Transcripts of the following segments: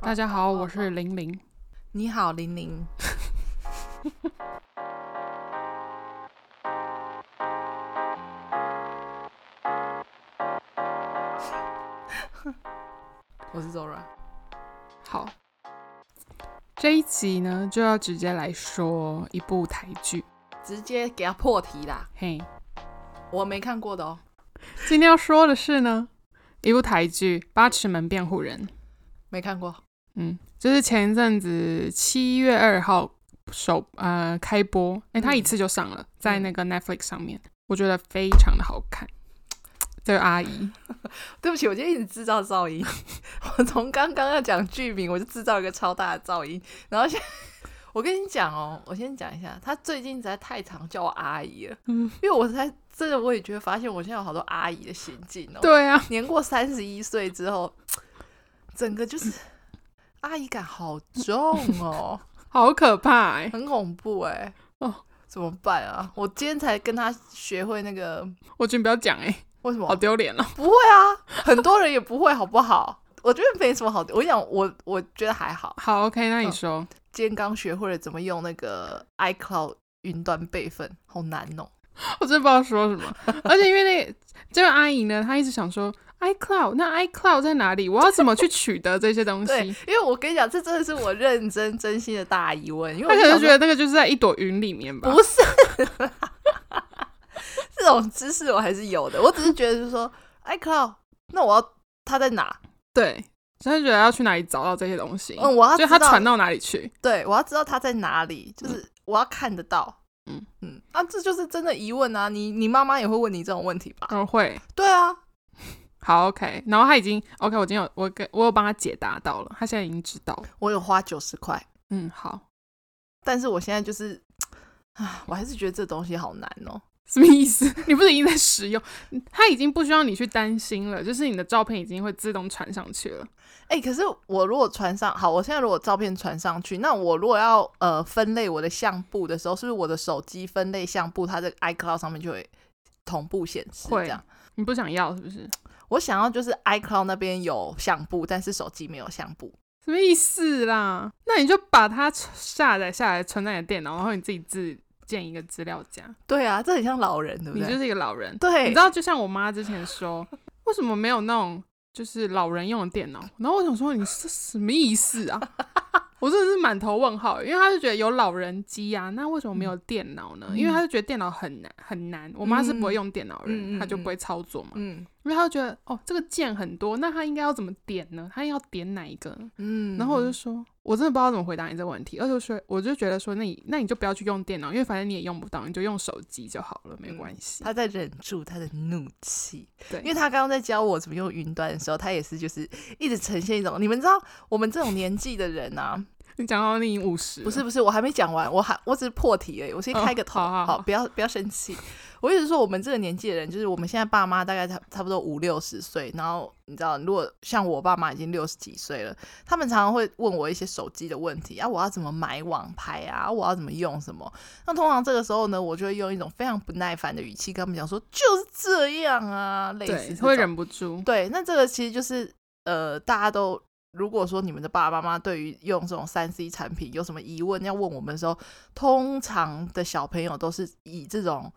大家好，我是玲玲。你好，玲玲。 我是 Zora。好，这一集呢就要直接来说一部台剧。直接给他破题啦！嘿，我没看过的哦。今天要说的是呢，一部台剧《八尺门辩护人》。没看过。嗯，就是前一阵子七月二号首呃开播，哎、它一次就上了，在那个 Netflix 上面，我觉得非常的好看。这个阿姨， 对不起，我今天一直制造噪音。 我从刚刚要讲剧名，我就制造一个超大的噪音。然后现在， 我跟你讲哦，我先讲一下，他最近实在太常叫我阿姨了，嗯，因为我才真的我也觉得发现我现在有好多阿姨的行径哦。 对啊，年过三十一岁之后，整个就是阿姨感好重哦。好可怕哎、很恐怖哎、哦怎么办啊？我今天才跟他学会那个我觉得你不要讲哎、为什么好丢脸哦。不会啊，很多人也不会，好不好？ 我觉得没什么好，我跟你讲我我觉得还好。好，OK，那你说。今天刚学会了怎么用那个 iCloud 云端备份，好难哦。我真不知道说什么。而且因为那这位阿姨呢，她一直想说 iCloud，那 iCloud 在哪里？我要怎么去取得这些东对，西？因为我跟你讲，这真的是我认真真心的大疑问，因她为我可就能想觉得说那个就是在一朵云里面吧。不是， 这种知识我还是有的。我只是觉得就是说 iCloud，那我要它在哪？对，她就觉得要去哪里找到这些东西。嗯，我要就知她道传到哪里去？对，我要知道他在哪里，就是我要看得到。嗯嗯，啊，这就是真的疑问啊！你你妈妈也会问你这种问题吧？嗯，会。对啊，好，OK。然后她已经 OK，我今天有我给我有帮她解答到了，她现在已经知道了。我有花九十块，嗯，好，但是我现在就是，啊，我还是觉得这东西好难哦。什么意思？ 你不是已经在使用？她已经不需要你去担心了，就是你的照片已经会自动传上去了。哎、可是我如果传上，好，我现在如果照片传上去，那我如果要呃分类我的相簿的时候，是不是我的手机分类相簿，它在 iCloud 上面就会同步显示？会这样，你不想要是不是？我想要就是 iCloud 那边有相簿，但是手机没有相簿。什么意思啦？那你就把它下载下来，存在你的电脑，然后你自己自建一个资料夹。对啊，这很像老人，对不你对？就是一个老人，对，你知道，就像我妈之前说，为什么没有那种就是老人用的电脑？然后我想说，你是什么意思啊？ 我真的是满头问号，因为她就觉得有老人机啊，那为什么没有电脑呢？嗯因为她就觉得电脑很难很难。我妈是不会用电脑的人，嗯嗯嗯她就不会操作嘛，嗯因为她就觉得哦，这个键很多，那她应该要怎么点呢？她要点哪一个呢？嗯，然后我就说，我真的不知道怎么回答你这个问题，而且我说，我就觉得说，那你那你就不要去用电脑，因为反正你也用不到，你就用手机就好了，没嗯关系。他在忍住他的怒气，对，因为他刚刚在教我怎么用云端的时候，他也是就是一直呈现一种，你们知道我们这种年纪的人啊，你讲到你五十，不是不是，我还没讲完，我还我只是破题而已，我先开个头，哦好好好不要不要生气。我一直说我们这个年纪的人，就是我们现在爸妈大概差差不多五六十岁，然后你知道，如果像我爸妈已经六十几岁了，他们常常会问我一些手机的问题啊，我要怎么买网拍啊，我要怎么用什么？那通常这个时候呢，我就会用一种非常不耐烦的语气跟他们讲说，就是这样啊，类似对，这会种忍不住。对，那这个其实就是呃，大家都如果说你们的爸爸妈妈对于用这种三 C 产品有什么疑问要问我们的时候，通常的小朋友都是以这种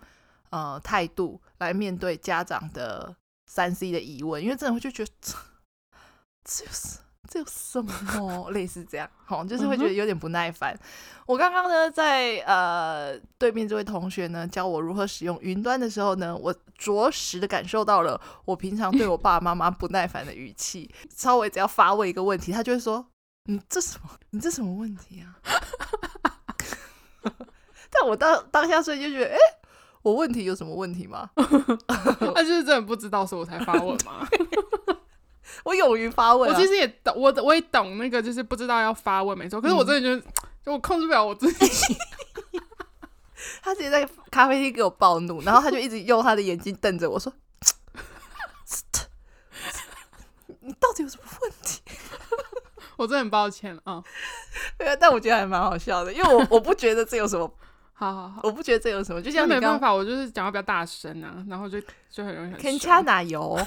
呃态度来面对家长的三 C 的疑问，因为真的会就觉得 这这有什这有什么哦类似这样，好，就是会觉得有点不耐烦。我刚刚呢，在呃对面这位同学呢教我如何使用云端的时候呢，我着实的感受到了我平常对我爸爸妈妈不耐烦的语气，稍微只要发问一个问题，他就会说：“你这什么？你这什么问题啊？” 但我当当下瞬间觉得，哎、我问题有什么问题吗？ 他就是真的不知道，所以我才发问嘛。啊我勇于发问、我啊，其实也懂，我我也懂那个，就是不知道要发问，没错。可是我嗯真的觉得，就我控制不了我自己。他直接在咖啡厅给我暴怒，然后他就一直用他的眼睛瞪着我说：“你到底有什么问题我真的很抱歉啊、嗯？”对啊，但我觉得还蛮好笑的，因为我我不觉得这有什么，好好好，我不觉得这有什么，就那像你没办刚法，我就是讲话比较大声啊，然后就就很容易很天凶掐奶油。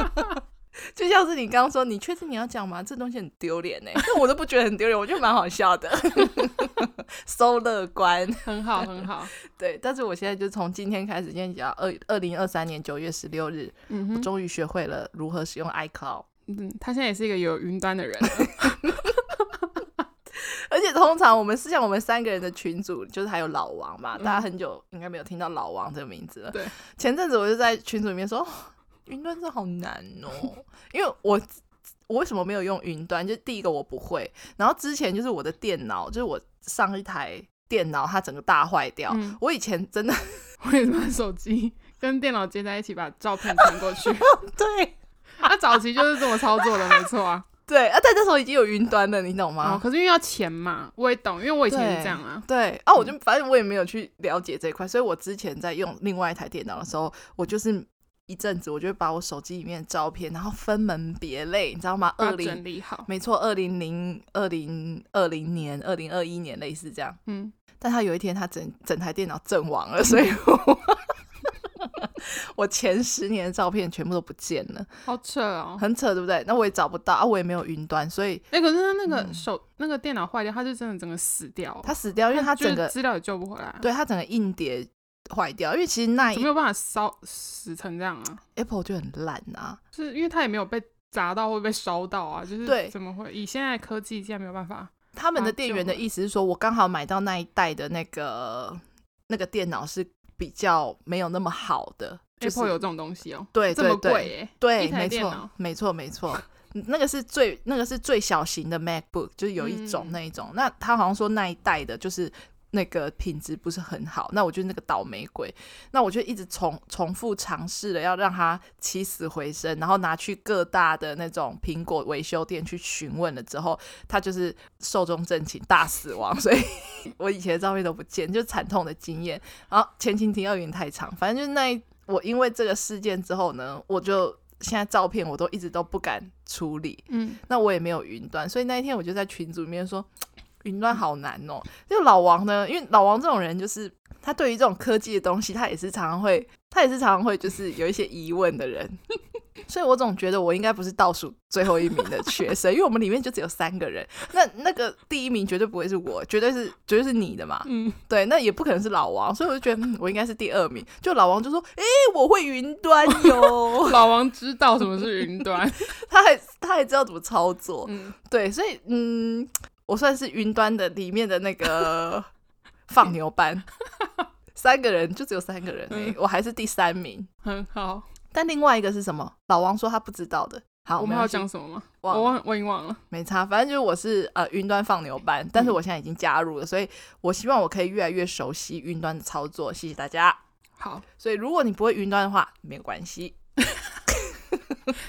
就像是你刚刚说，你确定你要讲吗？这东西很丢脸呢， 那我都不觉得很丢脸，我觉得蛮好笑的 ，so 乐观。很好很 好，对，但是我现在就从今天开始，今天只要二二零二三年九月十六日，嗯我哼，终于学会了如何使用 iCloud。嗯，他现在也是一个有云端的人， 而且通常我们是像我们三个人的群组，就是还有老王嘛，嗯大家很久应该没有听到老王这个名字了。对，前阵子我就在群组里面说，哦云端真的好难哦，因为我。我为什么没有用云端？就第一个我不会，然后之前就是我的电脑，就是我上一台电脑它整个大坏掉。嗯我以前真的 我也是把手机跟电脑接在一起，把照片传过去。对他早期就是这么操作的，没错啊。对啊，但那时候已经有云端了，你懂吗？哦，可是因为要钱嘛，我也懂，因为我以前也对这样啊。对啊，我就反正我也没有去了解这一块，所以我之前在用另外一台电脑的时候，我就是一阵子，我就会把我手机里面的照片，然后分门别类，你知道吗？把二它整零理好，没错，二零零二零二零年、二零二一年类似这样。嗯，但他有一天，他整整台电脑阵亡了，所以我 我前十年的照片全部都不见了，好扯哦。很扯，对不对？那我也找不到啊，我也没有云端，所以哎、可是他那嗯个手、那个电脑坏掉，他就真的整个死掉哦、他死掉，因为他就整是个资料也救不回来啊，对他整个硬碟坏掉，因为其实那一没有办法烧死成这样啊， Apple 就很烂啊，是因为他也没有被砸到或被烧到啊，就是对怎么会以现在的科技竟然没有办法？他们啊的店员的就意思是说，我刚好买到那一代的那个那个电脑是比较没有那么好的，就是 Apple 有这种东西哦、对这么对贵对耶、一对，台没电错脑，没错，没错。嗯那个是最那个是最小型的 MacBook，就是有一种嗯那一种。那他好像说那一代的就是那个品质不是很好，那我就是那个倒霉鬼。那我就一直重重复尝试了，要让它起死回生，然后拿去各大的那种苹果维修店去询问了之后，他就是寿终正寝，大死亡。所以 我以前的照片都不见，就惨痛的经验。然后前情提要有点太长，反正就是那一我因为这个事件之后呢，我就现在照片我都一直都不敢处理，嗯，那我也没有云端，所以那一天我就在群组里面说。云端好难哦！就老王呢，因为老王这种人，就是他对于这种科技的东西，他也是常常会，他也是常常会就是有一些疑问的人， 所以我总觉得我应该不是倒数最后一名的学 生，因为我们里面就只有三个人，那那个第一名绝对不会是我，绝对是绝对是你的嘛，嗯，，对，那也不可能是老王，所以我就觉得、嗯、我应该是第二名。就老王就说：“诶、我会云端哟 老王知道什么是云端，他还他还知道怎么操作。嗯，对，所以嗯，我算是云端的里面的 那个放牛班，三个人就只有三个人、欸嗯，我还是第三名。很好。但另外一个是什么？老王说他不知道的。好，我没们还要关系讲什么吗？忘我了忘，我已经忘了。没差，反正就是我是呃云端放牛班，但是嗯我现在已经加入了，所以我希望我可以越来越熟悉云端的操作。谢谢大家。好，所以如果你不会云端的话，没有关系。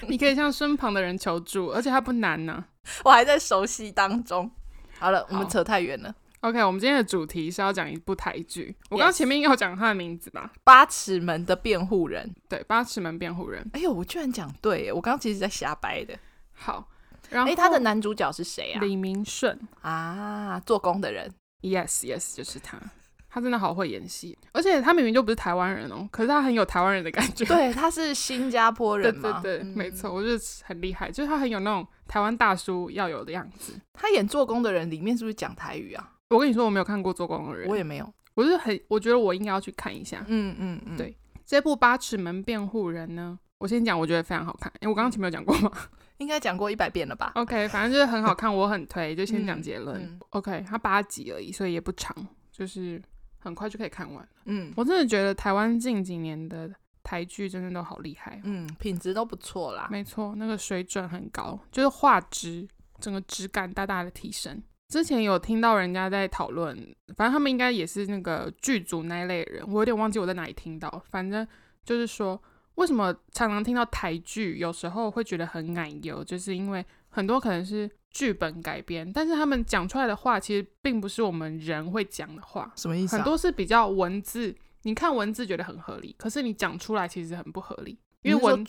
你可以向身旁的人求助，而且它不难啊呢、我还在熟悉当中。好了，我们扯太远了。 OK，我们今天的主题是要讲一部台剧。我刚刚 Yes 前面要讲他的名字吧？八尺门的辩护人，对，《八尺门辩护人》。哎呦，我居然讲对耶！我刚刚其实在瞎掰的。好，然后哎，他的男主角是谁啊？李明顺啊，做工 的人。 ，Yes Yes，就是他。他真的好会演戏，而且他明明就不是台湾人哦，可是他很有台湾人的感觉。对，他是新加坡对人对嘛？对，嗯没。错，我觉得很厉害，就是他很有那种台湾大叔要有的样子。他演做工的人里面是不是讲台语啊？我跟你说，我没有看过《做工的人》，我我也没有。是很，我觉得我应该要去看一下。嗯嗯嗯，对这部《八尺门辩护人》呢，我先讲，我觉得非常好看。因为我刚刚前面有讲过嘛应该讲过一百遍了吧？ ，OK，反正就是很好看，我很推，就先讲嗯结论。嗯 OK，它八集而已，所以也不长，就是很快就可以看完。嗯我真的觉得台湾近几年的台剧真的都好厉害哦、嗯，品质都不错啦。没错，那个水准很高，就是画质整个质感大大的提升。之前有听到人家在讨论，反正他们应该也是那个剧组那一类人，我有点忘记我在哪里听到，反正就是说，为什么常常听到台剧，有时候会觉得很奶油，就是因为很多可能是剧本改编，但是他们讲出来的话，其实并不是我们人会讲的话，什么意思啊？很多是比较文字，你看文字觉得很合理，可是你讲出来其实很不合理，因为你是说文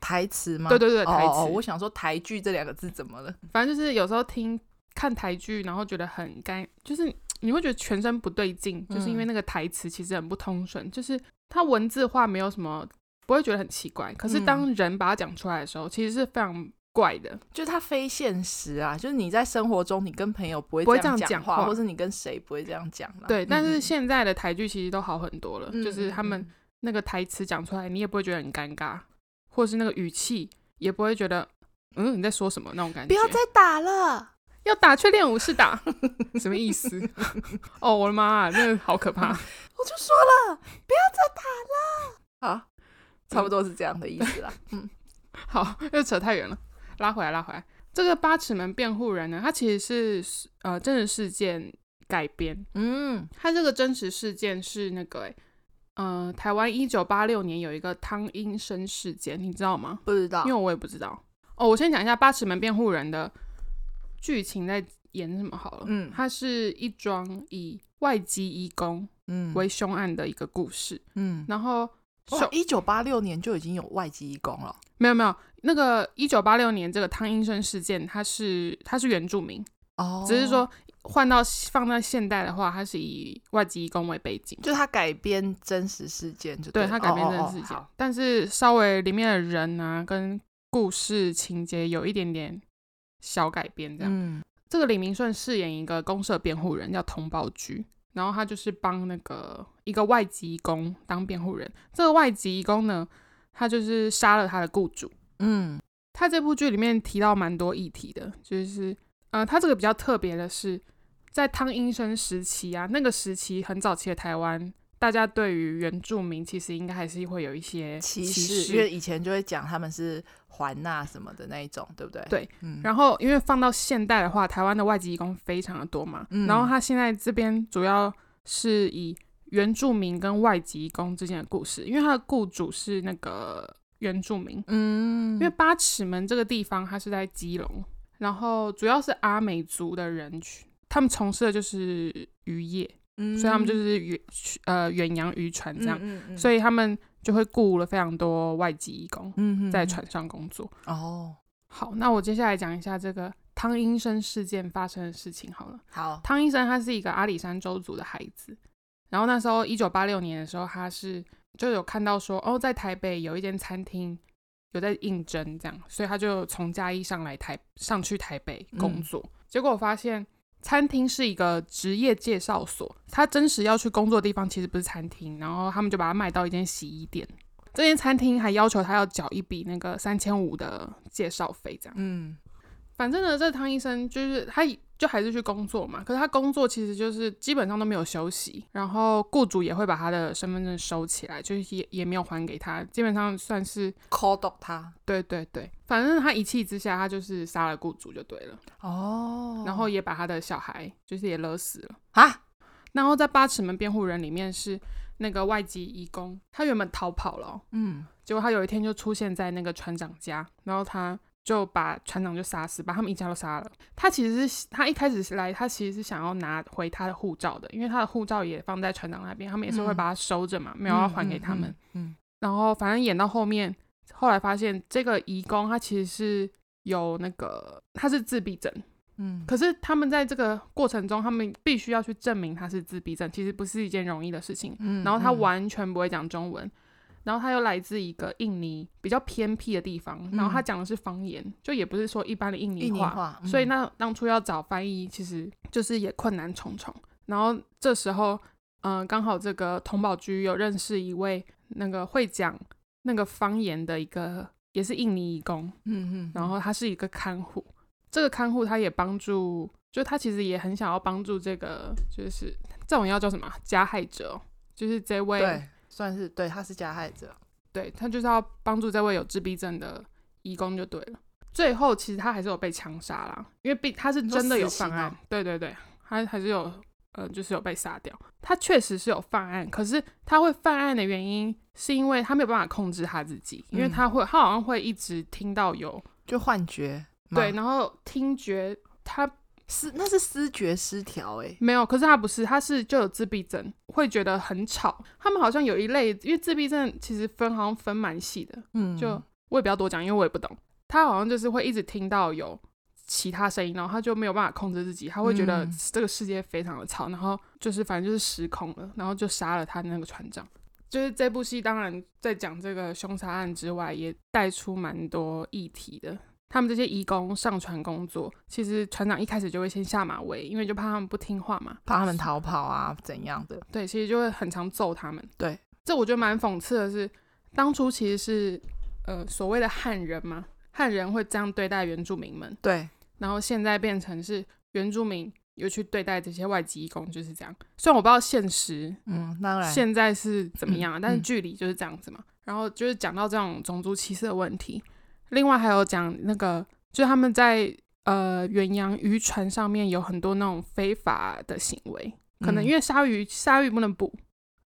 台词吗？对对对哦台词哦，我想说台剧这两个字怎么了？反正就是有时候听看台剧，然后觉得很干，就是你会觉得全嗯身不对劲，就是因为那个台词其实很不通顺，就是它文字化没有什么不会觉得很奇怪。可是嗯当人把它讲出来的时候，其实是非常怪的。就是它非现实啊，就是你在生活中你跟朋友不会不会样这样讲讲话或是你跟谁不会这样讲啦。对，但是嗯现在的台剧其实都好很多了，嗯就是他们嗯那个台词讲出来，你也不会觉得很尴尬，或是那个语气也不会觉得，嗯，你在说什么那种感觉。不要再打了。要打却练武士 打，什么意思？哦，我的妈、啊，真的好可 怕！我就说了，不要再打了。好，差不多是这样的意思啦。嗯，好，又扯太远了，拉回来，拉回来。这个八尺门辩护人呢，他其实是呃真实事件改编，嗯，他这个真实事件是那个、欸，呃，台湾一九八六年有一个汤英生事件，你知道吗？不知道因为。我也不知道。哦，我先讲一下《八尺门辩护人》的剧情在演什么好了。嗯它是一桩以外籍义工嗯为凶案的一个故事。嗯，然后哇凶，一九八六年就已经有外籍义工了。没有没有，那个一九八六年这个汤英生事件，它是它是原住民，哦，只是说换到放在现代的话，它是以外籍义工为背景。就他改编真实事件就对了他改编哦真哦的哦事情，好但是稍微里面的人啊跟故事情节有一点点小改变这样。嗯这个李明顺饰演一个公社辩护人，叫童宝驹，然后他就是帮那个一个外籍义工当辩护人。这个外籍义工呢，他就是杀了他的雇主。嗯他这部剧里面提到蛮多议题的，就是呃，他这个比较特别的是，在汤英生时期啊，那个时期很早期的台湾，大家对于原住民其实应该还是会有一些歧视，视，因为以前就会讲他们是环纳什么的那一种，对不对？对，嗯，然后，因为放到现代的话，台湾的外籍义工非常的多嘛，嗯然后他现在这边主要是以原住民跟外籍义工之间的故事，因为他的雇主是那个原住民，嗯，因为八尺门这个地方它是在基隆，然后主要是阿美族的人群，他们从事的就是渔业，为所以他们就是远呃远洋渔船这样，嗯嗯所以以他们就会雇了非常多外籍义工嗯嗯在嗯船上工作。哦，好，那我接下来讲一下这个汤英生事件发生的事情好了。好，汤英生他是一个阿里山州族的孩子，然后那时候一九八六年的时候，他是就有看到说，哦，在台北有一间餐厅有在应征这样，所以他就从嘉义上来台上去台北工作。结果我发现餐厅是一个职业介绍所，他真实要去工作的地方其实不是餐厅，然后他们就把它卖到一间洗衣店。这间餐厅还要求他要缴一笔那个三千五的介绍费，这样。嗯反正呢，这汤医生就是他就还是去工作嘛，可是他工作其实就是基本上都没有休息，然后雇主也会把他的身份证收起来，就是也也没有还给他，基本上算是 call 到他对对对，反正他一气之下，他就是杀了雇主就对了，哦，然后也把他的小孩就是也勒死了。啊，然后在八尺门辩护人里面是那个外籍义工，他原本逃跑了哦、嗯。结果他有一天就出现在那个船长家，然后他就把船长就杀死，把他们一家都杀了。他其实是他一开始是来，他其实是想要拿回他的护照的，因为他的护照也放在船长那边，他们也是会嗯把它收着嘛，没有啊要还给他们。嗯。嗯然后反正演到后面，后来发现这个义工他其实是有那个他是自闭症，嗯，嗯可是他们在这个过程中，他们必须要去证明他是自闭症，其实不是一件容易的事情。嗯然后他嗯完全不会讲中文，然后他又来自一个印尼比较偏僻的地方，然后他讲的是方言，就也不是说一般的印尼嗯印尼话，话，所以嗯那当初要找翻译，其实就是也困难重重。然后这时候，嗯、刚好这个童宝驹有认识一位那个会讲那个方言的一个，也是印尼义工，嗯嗯，然后他是一个看护，这个看护他也帮助，就他其实也很想要帮助这个，就是这种要叫什么啊加害者哦，就是这位对，算是对，他是加害者，对他就是要帮助这位有自闭症的义工就对了。最后其实他还是有被枪杀啦，因为毕他是你说真的有死刑犯案，哦对对对，他还是有呃就是有被杀掉。他确实是有犯案，可是他会犯案的原因是因为他没有办法控制他自己，因为嗯他会他好像会一直听到有就幻觉吗，对，然后听觉他思那是思觉失调，哎，没有，可是他不是，他是就有自闭症，会觉得很吵。他们好像有一类，因为自闭症其实分好像分蛮细的，嗯，就我也不要多讲，因为我也不懂。他好像就是会一直听到有其他声音，然后他就没有办法控制自己，他会觉得嗯这个世界非常的吵，然后就是反正就是失控了，然后就杀了他那个船长。就是这部戏当然在讲这个凶杀案之外，也带出蛮多议题的。他们这些义工上船工作，其实船长一开始就会先下马威，因为就怕他们不听话嘛。怕他们逃跑啊，怎样的？对，其实就会很常揍他们。对，这我觉得蛮讽刺的是，当初其实是呃所谓的汉人嘛，汉人会这样对待原住民们，对，然后现在变成是原住民有去对待这些外籍义工就是这样。虽然我不知道现实嗯，当然，现在是怎么样啊，嗯但是嗯距离就是这样子嘛。然后就是讲到这种种族歧视的问题，另外还有讲那个，就是他们在呃远洋渔船上面有很多那种非法的行为，可能嗯因为鲨鱼鲨鱼不能捕，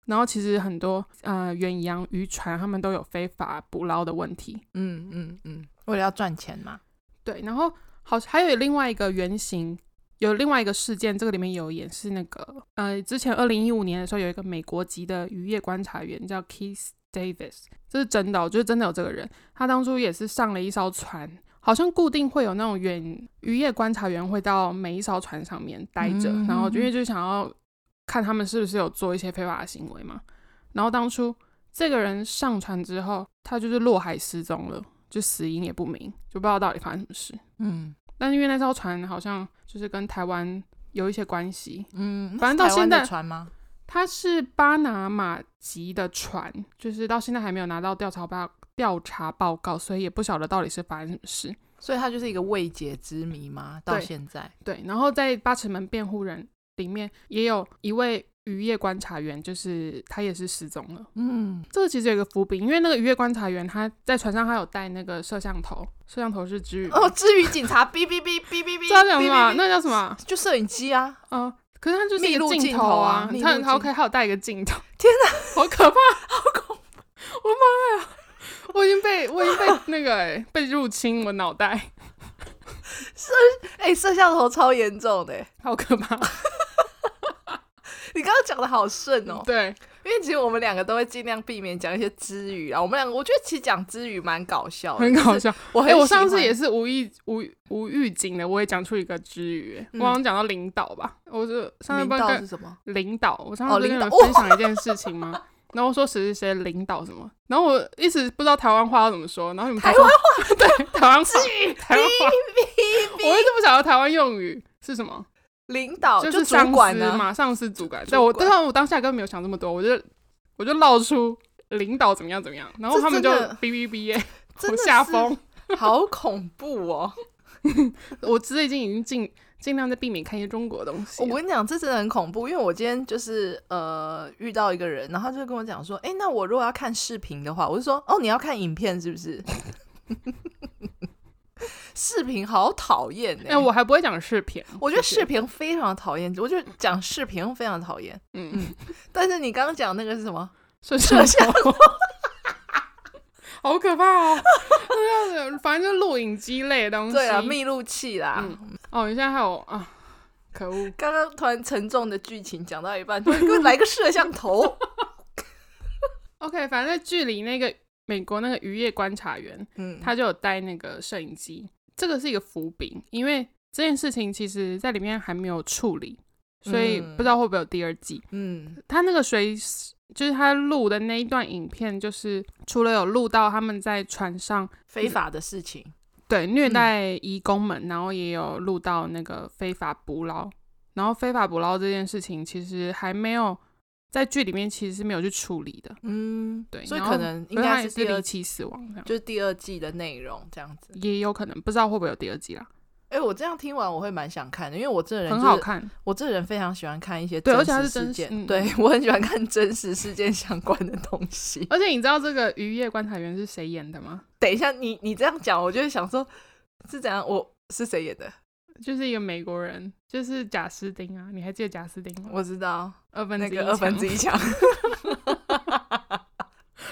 然后其实很多呃远洋渔船他们都有非法捕捞的问题。嗯嗯嗯，为了要赚钱嘛，对，然后好还有另外一个原型，有另外一个事件，这个里面有演是那个呃，之前二零一五年的时候有一个美国籍的渔业观察员叫 Keith Davis，这是真的哦、就是真的有这个人，他当初也是上了一艘船。好像固定会有那种远渔业观察员会到每一艘船上面待着，嗯然后嗯就因为就想要看他们是不是有做一些非法的行为嘛。然后当初这个人上船之后，他就是落海失踪了，就死因也不明，就不知道到底发生什么事。嗯但是因为那艘船好像就是跟台湾有一些关系，嗯，反正那到是台湾的现在船吗？它是巴拿马籍的船，就是到现在还没有拿到调查报调查报告，所以也不晓得到底是发生什么事。所以它就是一个未解之谜嘛，到对现在，对，然后在八尺门辩护人里面也有一位渔业观察员，就是他也是失踪了。嗯这个其实有一个伏笔，因为那个渔业观察员他在船上他有带那个摄像头，摄像头是之宇，哦，至于警察，哔哔哔哔哔哔，知道叫什哔么吗？哔哔那叫什么？就摄影机啊，哦，可是它就是一密个录镜镜头头啊啊，它密它录它镜 OK，它有带一个镜头， 天哪，好 可怕，好恐怖！我妈呀，我已经被我已经 被那个、欸、被入侵我脑袋，哎、摄像头超严重的欸，好可怕。 你刚刚讲的好顺哦，对，因为其实我们两个都会尽量避免讲一些之语啊，我们两个我觉得其实讲之语蛮搞笑的，很搞哦就是笑。我哎、很喜欢、我上次也是无意无无预警的，我也讲出一个之语、欸嗯我好像讲到领导吧，我是上次明不是道跟是什么？领导，我上次哦不是跟你领们导分享一件事情吗？ 然后我说谁谁谁领导什么，然后我一直不知道台湾话要怎么说，然后你们台湾话 对台湾 话，台湾话，我一直不晓得台湾用语是什么，领导是哦主上管司啊，嘛，上司主管。主对我，管但我当下根本没有想这么多，我就我就唠出领导怎么样怎么样，然后这他们就真的哔哔哔耶，真我的是吓 疯。 好恐怖哦！我最近已经尽尽量在避免看一些中国东西我了，跟你讲，这真的很恐怖，因为我今天就是呃遇到一个人，然后他就跟我讲说，哎、那我如果要看视频的话，我就说，哦，你要看影片是不是？ 视频好讨厌哎、哎！我还不会讲视频，我觉得谢谢视，频非常讨厌，我觉得讲视频非常讨厌。嗯，但是你刚刚讲那个是 什么？摄摄像头。好可怕哦！ 那样子，啊反正就录影机类的东西。对啊，密录器啦。嗯哦，你现在还有啊？可恶！刚刚突然沉重的剧情讲到一半，突然给我来个摄像 头。 OK，反正距离那个美国那个渔业观察员，嗯，他就有带那个摄影机，这个是一个伏笔，因为这件事情其实在里面还没有处理，所以嗯不知道会不会有第二季。嗯他那个水就是他录的那一段影片，就是除了有录到他们在船上非法的事情。对虐待移工们，然后也有录到那个非法捕捞，然后非法捕捞这件事情其实还没有在剧里面其实是没有去处理的。嗯，对，所以然后可能应可他该也第离二，奇死亡这样，就是第二季的内容这样子。也有可能不知道会不会有第二季啦，哎、我这样听完我会蛮想看的，因为我这人、就很是、好看。我这人非常喜欢看一些对而真且它是实事真件，实嗯对我很喜欢看真实事件相关的东西。而且你知道这个渔业观察员是谁演的吗？等一下，你你这样讲，我就会想说是怎样？我是谁演的？就是一个美国人，就是贾斯汀啊，你还记得贾斯汀吗？我知道二分之那一个二分之一，一强，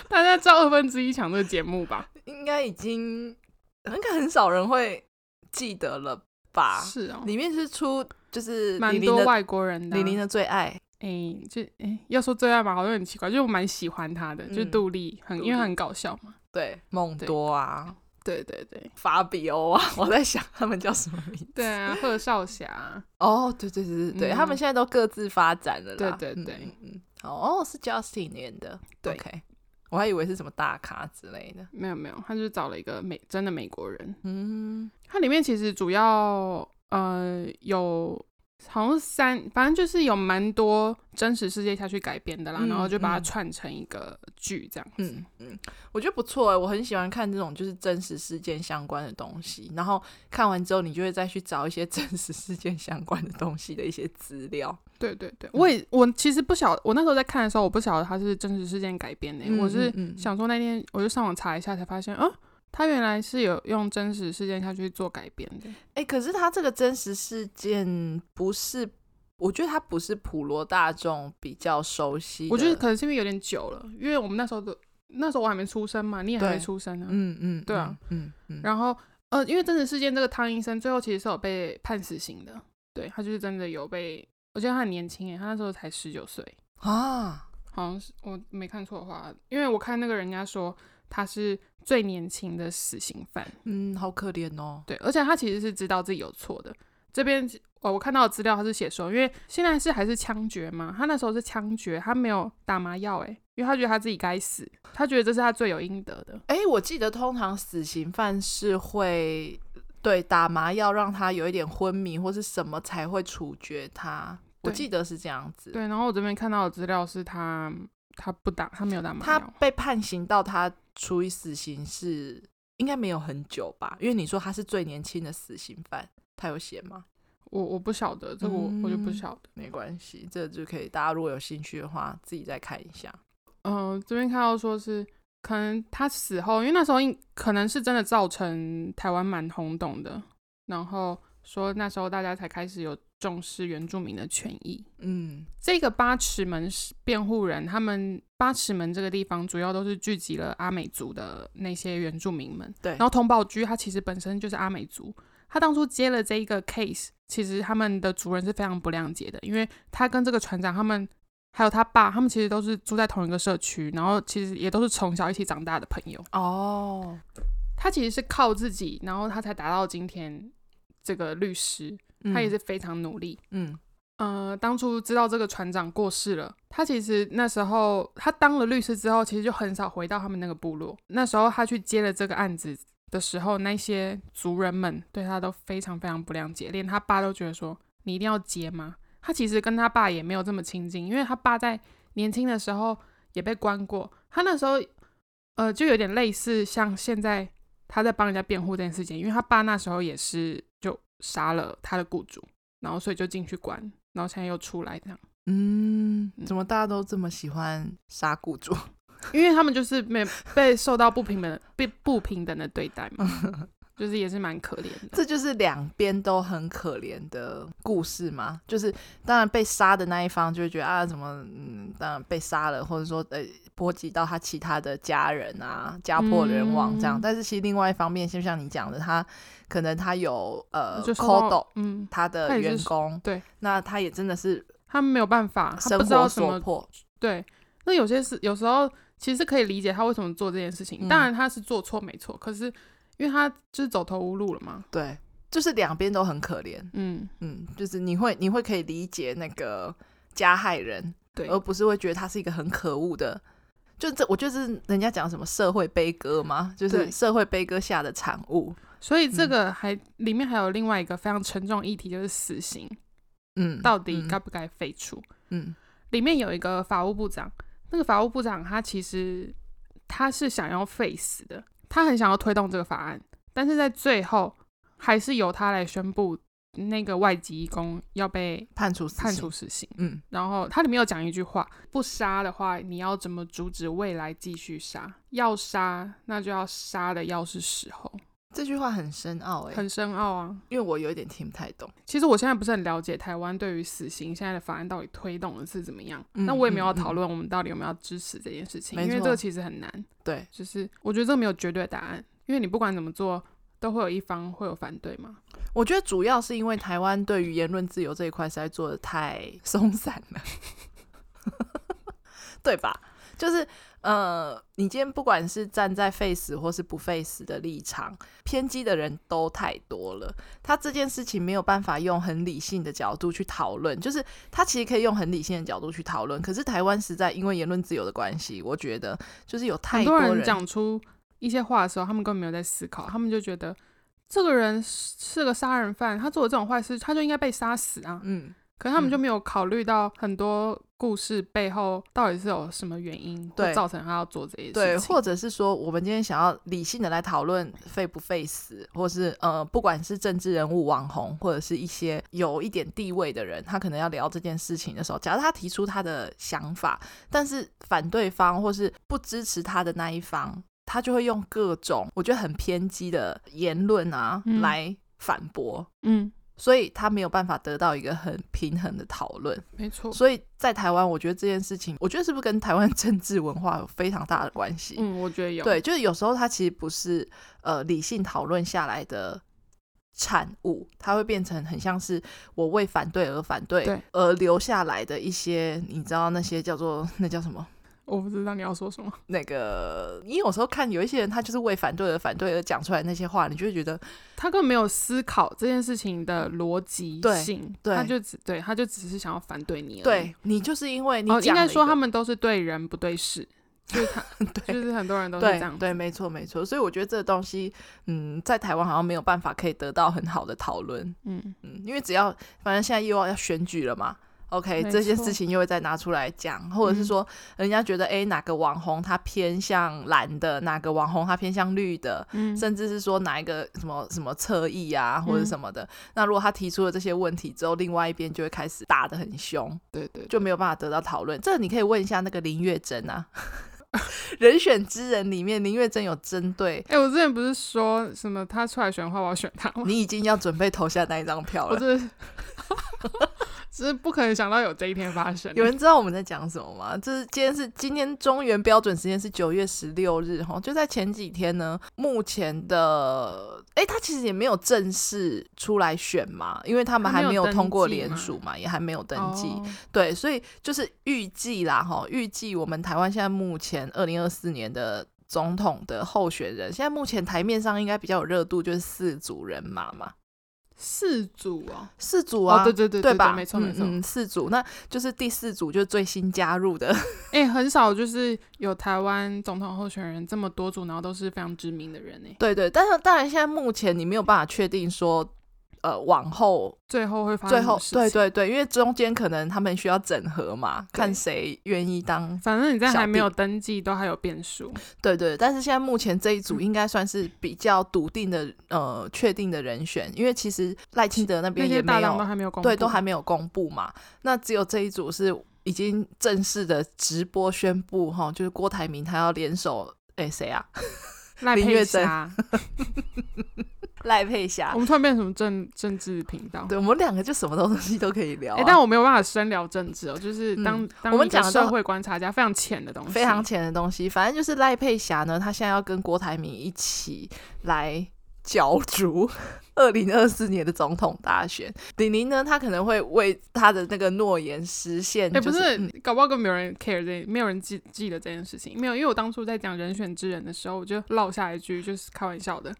大家知道二分之一强这个节目吧？ 应该已经应该很少人会记得了吧？是哦，里面是出就是蛮李玲多的外国人的、啊。李玲的最爱，哎、就哎、要说最爱嘛，好像很奇怪，就是我蛮喜欢他的，就是嗯杜丽，很杜因为丽很搞笑嘛。对，梦对多啊，对对对，法比欧啊， 我在想他们叫什么名字？对啊，贺少侠，哦，对对对对对，嗯他们现在都各自发展了对啦。对嗯对嗯嗯哦，是 Justin 演的，对 OK 我还以为是什么大咖之类的。没有没有，他就是找了一个美真的美国人，嗯，它里面其实主要呃有好像是三，反正就是有蛮多真实世界下去改编的啦，嗯然后就把它嗯串成一个剧这样子。嗯嗯，我觉得不错哎、我很喜欢看这种就是真实事件相关的东西，然后看完之后，你就会再去找一些 真实事件相关的东西的一些资料。对对嗯对，我也我其实不晓，我那时候在看的时候，我不晓得它是真实事件改编的、嗯我是嗯嗯想说那天我就上网查一下，才发现哦，它原来是有用真实事件下去做改编的。哎、可是他这个真实事件不是，我觉得他不是普罗大众比较熟悉的。我觉得可能是因为有点久了，因为我们那时候的那时候我还没出生嘛，你也还没对出生呢、嗯嗯，对啊嗯，嗯嗯，然后呃，因为真实事件，这个汤医生最后其实是有被判死刑的，对他就是真的有被，我记得他很年轻诶，他那时候才十九岁，啊，好像是我没看错的话，因为我看那个人家说他是最年轻的死刑犯，嗯，好可怜哦。对，而且他其实是知道自己有错的。这边呃，我看到的资料他是写说，因为现在是还是枪决嘛，他那时候是枪决，他没有打麻药诶，因为他觉得他自己该死，他觉得这是他最有应得的。哎、我记得通常死刑犯是会对打麻药让他有一点昏迷或是什么才会处决他，我对记得是这样子。对，然后我这边看到的资料是他他不打，他没有打麻他药。被判刑到他处以死刑是应该没有很久吧？因为你说他是最年轻的死刑犯，他有写吗？我我不晓得，这个我、我就不嗯晓得。没关系，这就可以，大家如果有兴趣的话，自己再看一下。嗯、这边看到说是可能他死后，因为那时候应可能是真的造成台湾蛮轰动的，然后说那时候大家才开始有重视原住民的权益。嗯这个八尺门是辩护人，他们八尺门这个地方主要都是聚集了阿美族的那些原住民们。对然后通宝居他其实本身就是阿美族，他当初接了这一个 case，其实他们的族人是非常不谅解的，因为他跟这个船长他们还有他爸，他们其实都是住在同一个社区，然后其实也都是从小一起长大的朋友。哦，他其实是靠自己，然后他才达到今天这个律师，他也是非常努力。嗯呃，当初知道这个船长过世了，他其实那时候他当了律师之后，其实就很少回到他们那个部落。那时候他去接了这个案子的时候，那些族人们对他都非常非常不谅解，连他爸都觉得说：“你一定要接吗？”他其实跟他爸也没有这么亲近，因为他爸在年轻的时候也被关过。他那时候呃，就有点类似像现在他在帮人家辩护这件事情，因为他爸那时候也是就杀了他的雇主。然后所以就进去关，然后现在又出来这样， 嗯嗯，怎么大家都这么喜欢杀雇主？因为他们就是没被受到不平等、被不平等的对待 嘛，就是也是蛮可怜的。这就是两边都很可怜的故事嘛。就是当然被杀的那一方就会觉得啊，怎么嗯，当然被杀了，或者说呃，波及到他其他的家人啊，家破人亡这样。嗯但是其实另外一方面，就像你讲的，他可能他有呃就抠到斗嗯，他他的也是员工，对，那他也真的是他们没有办法，他生不知道活怎所么迫，对。那有些事有时候其实可以理解他为什么做这件事情，嗯当然他是做错没错，可是因为他就是走投无路了嘛，对，就是两边都很可怜。嗯，嗯，就是你会你会可以理解那个加害人，对而不是会觉得他是一个很可恶的。就这，我觉得这是人家讲什么社会悲歌嘛，就是对社会悲歌下的产物。所以这个还、里面还有另外一个非常沉重议题，就是死刑嗯，到底嗯该不该废除。嗯里面有一个法务部长，那个法务部长他其实他是想要废死的，他很想要推动这个法案，但是在最后还是由他来宣布那个外籍义工要被判处死判刑处死刑。嗯然后它里面有讲一句话：不杀的话，你要怎么阻止未来继续杀？要杀，那就要杀的要是时候，这句话很深奥哎、很深奥啊。因为我有一点听不太懂。其实我现在不是很了解台湾对于死刑现在的法案到底推动的是怎么样，嗯那我也没有要嗯嗯讨论我们到底有没有要支持这件事情，没因为错这个其实很难，对，就是我觉得这个没有绝对的答案，因为你不管怎么做，都会有一方会有反对嘛。我觉得主要是因为台湾对于言论自由这一块实在做的太松散了，对吧？就是呃，你今天不管是站在 face 或是不 face 的立场，偏激的人都太多了。他这件事情没有办法用很理性的角度去讨论，就是他其实可以用很理性的角度去讨论，可是台湾实在因为言论自由的关系，我觉得就是有太很多人人讲出一些话的时候，他们根本没有在思考，他们就觉得这个人是是个杀人犯，他做了这种坏事，他就应该被杀死啊。嗯，可是他们嗯就没有考虑到很多故事背后到底是有什么原因，对会造成他要做这些事情。对，或者是说，我们今天想要理性的来讨论费不费死，或是呃，不管是政治人物、网红，或者是一些有一点地位的人，他可能要聊这件事情的时候，假如他提出他的想法，但是反对方或是不支持他的那一方，他就会用各种我觉得很偏激的言论啊、嗯来反驳，嗯，所以他没有办法得到一个很平衡的讨论。没错。所以在台湾，我觉得这件事情，我觉得是不是跟台湾 政治文化有非常大的关系？嗯，我觉得有。对，就是有时候它其实不是呃理性讨论下来的产物，它会变成很像是我为反对而反对对，而留下来的一些，你知道那些叫做那叫什么？我不知道你要说什么。那个，你有时候看有一些人，他就是为反对而反对而讲出来那些话，你就会觉得他根本没有思考这件事情的逻辑对性，对他就只对，他就只是想要反对你而已。对你就是因为你哦，应讲了该一说个他们都是对人不对事，就是他，就是很多人都是这 对样子。对，没错没错，所以我觉得这个东西，嗯，在台湾好像没有办法可以得到很好的讨论，嗯，嗯，因为只要反正现在又要要选举了嘛，OK，没这些错事情又会再拿出来讲，或者是嗯说人家觉得诶哪个网红他偏向蓝的，哪个网红他偏向绿的，嗯甚至是说哪一个什么什么侧翼啊或者嗯什么的，那如果他提出了这些问题之后，另外一边就会开始打得很凶，对对，就没有办法得到讨论。这你可以问一下那个林月珍啊， 《人选之人》里面林月珍有针 对哎、我之前不是说什么他出来选的话，我要选他吗？你已经要准备投下那一张票我了。真的是， 只是不可能想到有这一天发生。 有人知道我们在讲什么吗？就是今天是今天中原标准时间是九月十六日哈，就在前几天呢。目前的哎，他其实也没有正式出来选嘛，因为他们他还没有没有登通过记联嘛署嘛，也还没有登记。哦对，所以就是预计啦，哈，预计我们台湾现在目前二零二四年的总统的候选人，现在目前台面上应该比较有热度，就是四组人马嘛，四组哦，四组啊，哦，对对对对对吧？没错嗯没错。哎、嗯，四组，那就是第四组就是最新加入的，很少就是有台湾总统候选人这么多组，然后都是非常知名的人呢。对对，但是当然现在目前你没有办法确定说。呃，往后最后会发生最什么后事情对对对，因为中间可能他们需要整合嘛，对看谁愿意当反正你在小还没弟有登记都还有变数，对对，但是现在目前这一组嗯应该算是比较笃定的，呃，确定的人选，因为其实赖清德那那边也些大没党都有，还没有公布，对，都还没有公布嘛。那只有这一组是已经正式的直播宣布，哈，就是郭台铭他要联手，哎，谁啊？ 赖林月佩珍霞。赖佩霞我。们突然变成什么政政治频道？对，我们两个就什么东西都可以聊、啊哎、但我没有办法深聊政治哦，就是当、当嗯我们一个讲的都社会观察家非常浅的东西，非常浅的东西。反正就是赖佩霞呢，她现在要跟郭台铭一起来角逐 二零二四年的总统大选。李宁呢，她可能会为她的那个诺言实现，哎、就不是，嗯搞不好根本没有人 care 这，没有人记记得这件事情，没有，因为我当初在讲人选之人的时候，我就落下一句，就是开玩笑的。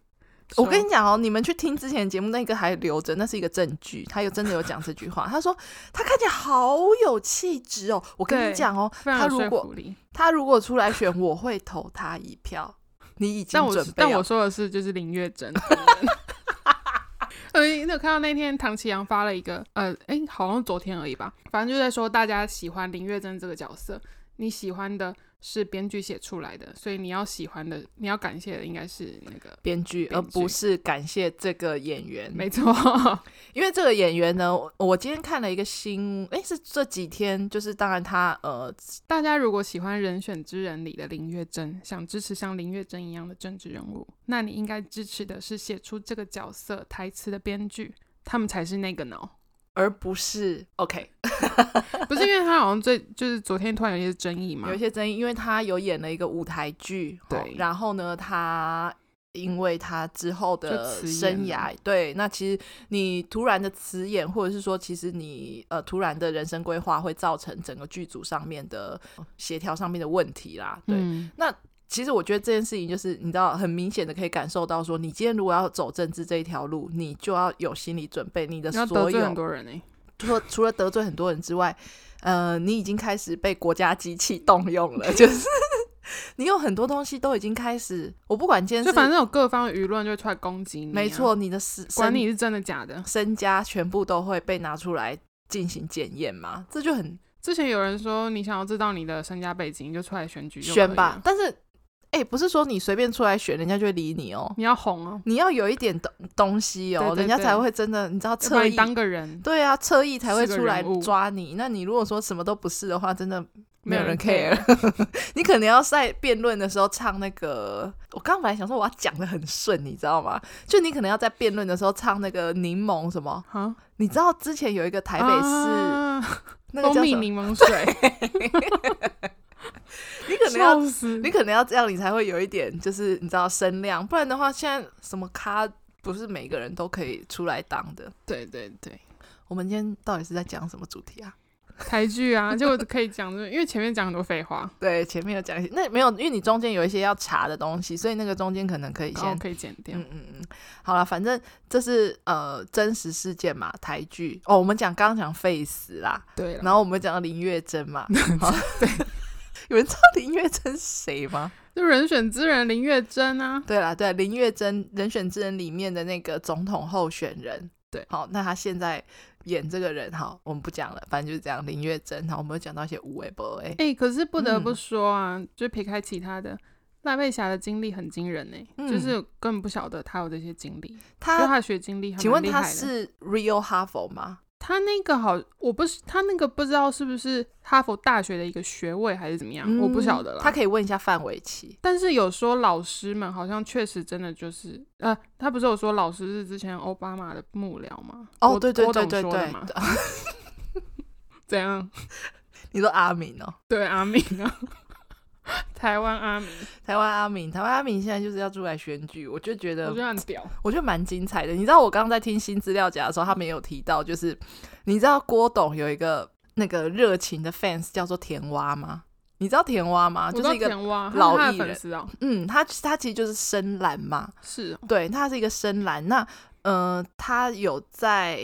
我跟说你讲哦，你们去听之前的节目，那个还留着，那是一个证据。他有真的有讲这句话，他说他看起来好有气质哦。我跟你对讲哦，非他常如有说果服力，他如果出来选，我会投他一票。你已经但我准是备哦但好我说的是就是林月珍本人。 呃，你有看到那天唐奇阳发了一个呃，哎、好像昨天而已吧，反正就在说大家喜欢林月珍这个角色，你喜欢的是编剧写出来的，所以你要喜欢的，你要感谢的应该是那个，编剧，编而不剧是感谢这个演员。 没错，因为这个演员呢，我我今天看了一个新，诶，是这几天，就是当然他呃，大家如果喜欢《人选之人》里的林月珍，想支持像林月珍一样的政治人物，那你应该支持的是写出这个角色台词的编剧，他们才是那个脑，而不是 OK 不是因为他好像最就是昨天突然有一些争议嘛有一，些争议，因为他有演了一个舞台剧，哦对然后呢，他因为他之后的就辞演生了涯，对，那其实你突然的辞演，或者是说，其实你呃突然的人生规划，会造成整个剧组上面的呃协调上面的问题啦。对，嗯其实我觉得这件事情就是你知道，很明显的可以感受到说，你今天如果要走政治这一条路，你就要有心理准备，你的你要得所罪很有多人呢、欸除了除了得罪很多人之外，呃，你已经开始被国家机器动用了，就是 你有很多东西都已经开始，我不管今天就是反正有各方的舆论就会出来攻击你、啊没，错，你的身管身你是真的假的。身家全部都会被拿出来进行检验嘛，这就很之前有人说你想要知道你的身家背景，你就出来选举就可以悬了吧。，但是，哎、不是说你随便出来选，人家就会理你哦。你要红 哦，你要有一点东东西哦，对对人家对才会真的，你知道要把侧你翼，当个人，对啊，侧翼才会是个出来人物抓你。那你如果说什么都不是的话，真的没有人 care。 你可能要在辩论的时候唱那个，我刚刚本来想说我要讲的很顺，你知道吗？就你可能要在辩论的时候唱那个柠檬什么， 啊，你知道之前有一个台北市、啊那个蜂叫蜜什么？柠 檬水，你可能要笑死你！可能要这样，你才会有一点就是你知道声量，不然的话现在什么咖不是每个人都可以出来当的。对对对，我们今天到底是在讲什么主题啊？台剧啊，就可以讲这，因为前面讲很多废话，对，前面有讲一些，那没有，因为你中间有一些要查的东西，所以那个中间可能可以然后先可以剪掉嗯。嗯嗯，好了，反正这是呃真实事件嘛，台剧哦，我们讲刚刚讲 face 啦，对了，然后我们讲到林月珍嘛，好，啊 对，有人知道林月珍是谁吗？就人选之人林月珍啊，对啦，对，林月珍《人选之人》里面的那个总统候选人，对好，那他现在演这个人，好，我们不讲了，反正就是这样，林月珍，好，我们有讲到一些无为不为，哎、可是不得不嗯说啊，就撇开其他的，赖佩霞的经历很惊人呢、嗯就是根本不晓得她有这些经历，就他，她的学经历还请蛮问厉他害的。是 Real Harvard 吗？她那个好，我不是她那个不知道是不是哈佛大学的一个学位还是怎么样，我不晓得他啦。嗯可以问一下范玮琪，但是有说老师们好像确实真的就是，呃，他不是有说老师是之前奥巴马的幕僚吗？哦，郭对对郭对董对说的对嘛， 怎样？ 你说阿敏哦，对阿明啊， 台湾阿明，台湾阿敏，台湾阿敏现在就是要出来选举，我就觉我得觉得很屌。我觉得蛮精彩的。你知道我刚刚在听新资料夹的时候，他们也有提到，就是你知道郭董有一个那个热情的 fans 叫做田蛙吗？你知道田蛙吗？我啊就知道是一个田蛙，老他是他的艺粉人丝哦，嗯，他他其实就是深蓝嘛，是哦对，他是一个深蓝。那呃，他有在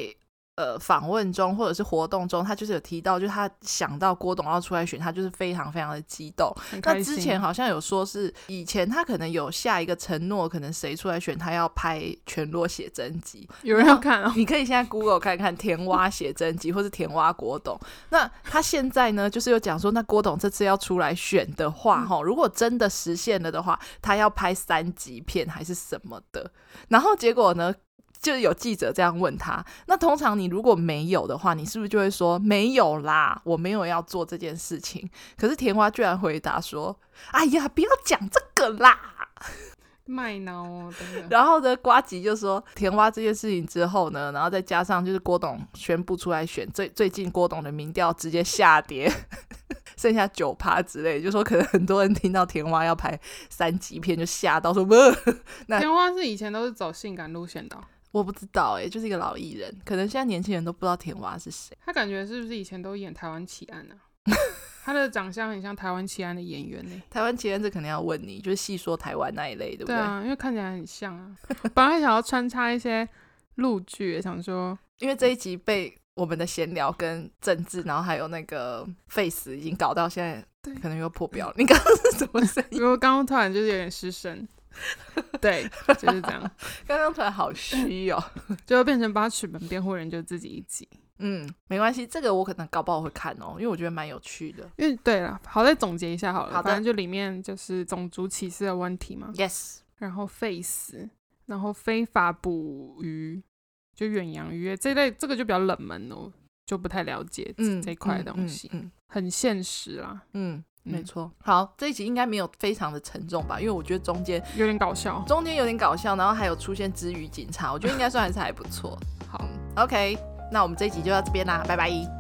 呃访问中或者是活动中，他就是有提到，就是他想到郭董要出来选，他就是非常非常的激动。很那开之心前好像有说是以前他可能有下一个承诺，可能谁出来选他要拍全裸写真集。有人要看 哦，你可以现在 Google 看看甜蛙写真集，或是甜蛙郭董。那他现在呢，就是有讲说，那郭董这次要出来选的话，哈、如果真的实现了的话，他要拍三级片还是什么的。然后结果呢？就是有记者这样问他，那通常你如果没有的话，你是不是就会说没有啦，我没有要做这件事情？可是甜蛙居然回答说：“哎呀，不要讲这个啦。”卖脑哦，真 的。然后呢，瓜吉就说甜蛙这件事情之后呢，然后再加上就是郭董宣布出来选，最最近郭董的民调直接下跌， 剩下九趴之类，就说可能很多人听到甜蛙要拍三级片就吓到说呃不，那田蛙是以前都是走性感路线的哦、 我不知道哎、就是一个老艺人，可能现在年轻人都不知道甜蛙是谁。他感觉是不是以前都演台湾奇案呢、啊 他的长相很像台湾奇案的演员呢、台湾奇人这肯定要问你，就是细说台湾那一类，对不对啊，因为看起来很像啊。本来想要穿插一些陆剧，想说因为这一集被我们的闲聊跟政治，然后还有那个 face 已经搞到现在。对可能又破标了。你刚刚是什么声音？因为我刚刚突然就是有点失 声，对， 就是这样，刚刚突然好虚哦。就变成把曲本辩护人就自己一集。 嗯，没关系，这个我可能搞不好会看哦，因为我觉得蛮有趣的。因为对了，好，再总结一下好了，好的反正就里面就是种族歧视的问题嘛， Yes，然后 face，然后非法捕鱼，就远洋渔业这类，这个就比较冷门哦，就不太了解这,、嗯，这一块嗯的东西，嗯很现实啦，嗯嗯，嗯没错。好，这一集应该没有非常的沉重吧，因为我觉得中间有点搞笑。中间有点搞笑，然后还有出现 之余警察，我觉得应该算还是还不错。好。 OK，那我们这一集就到这边啦，拜拜。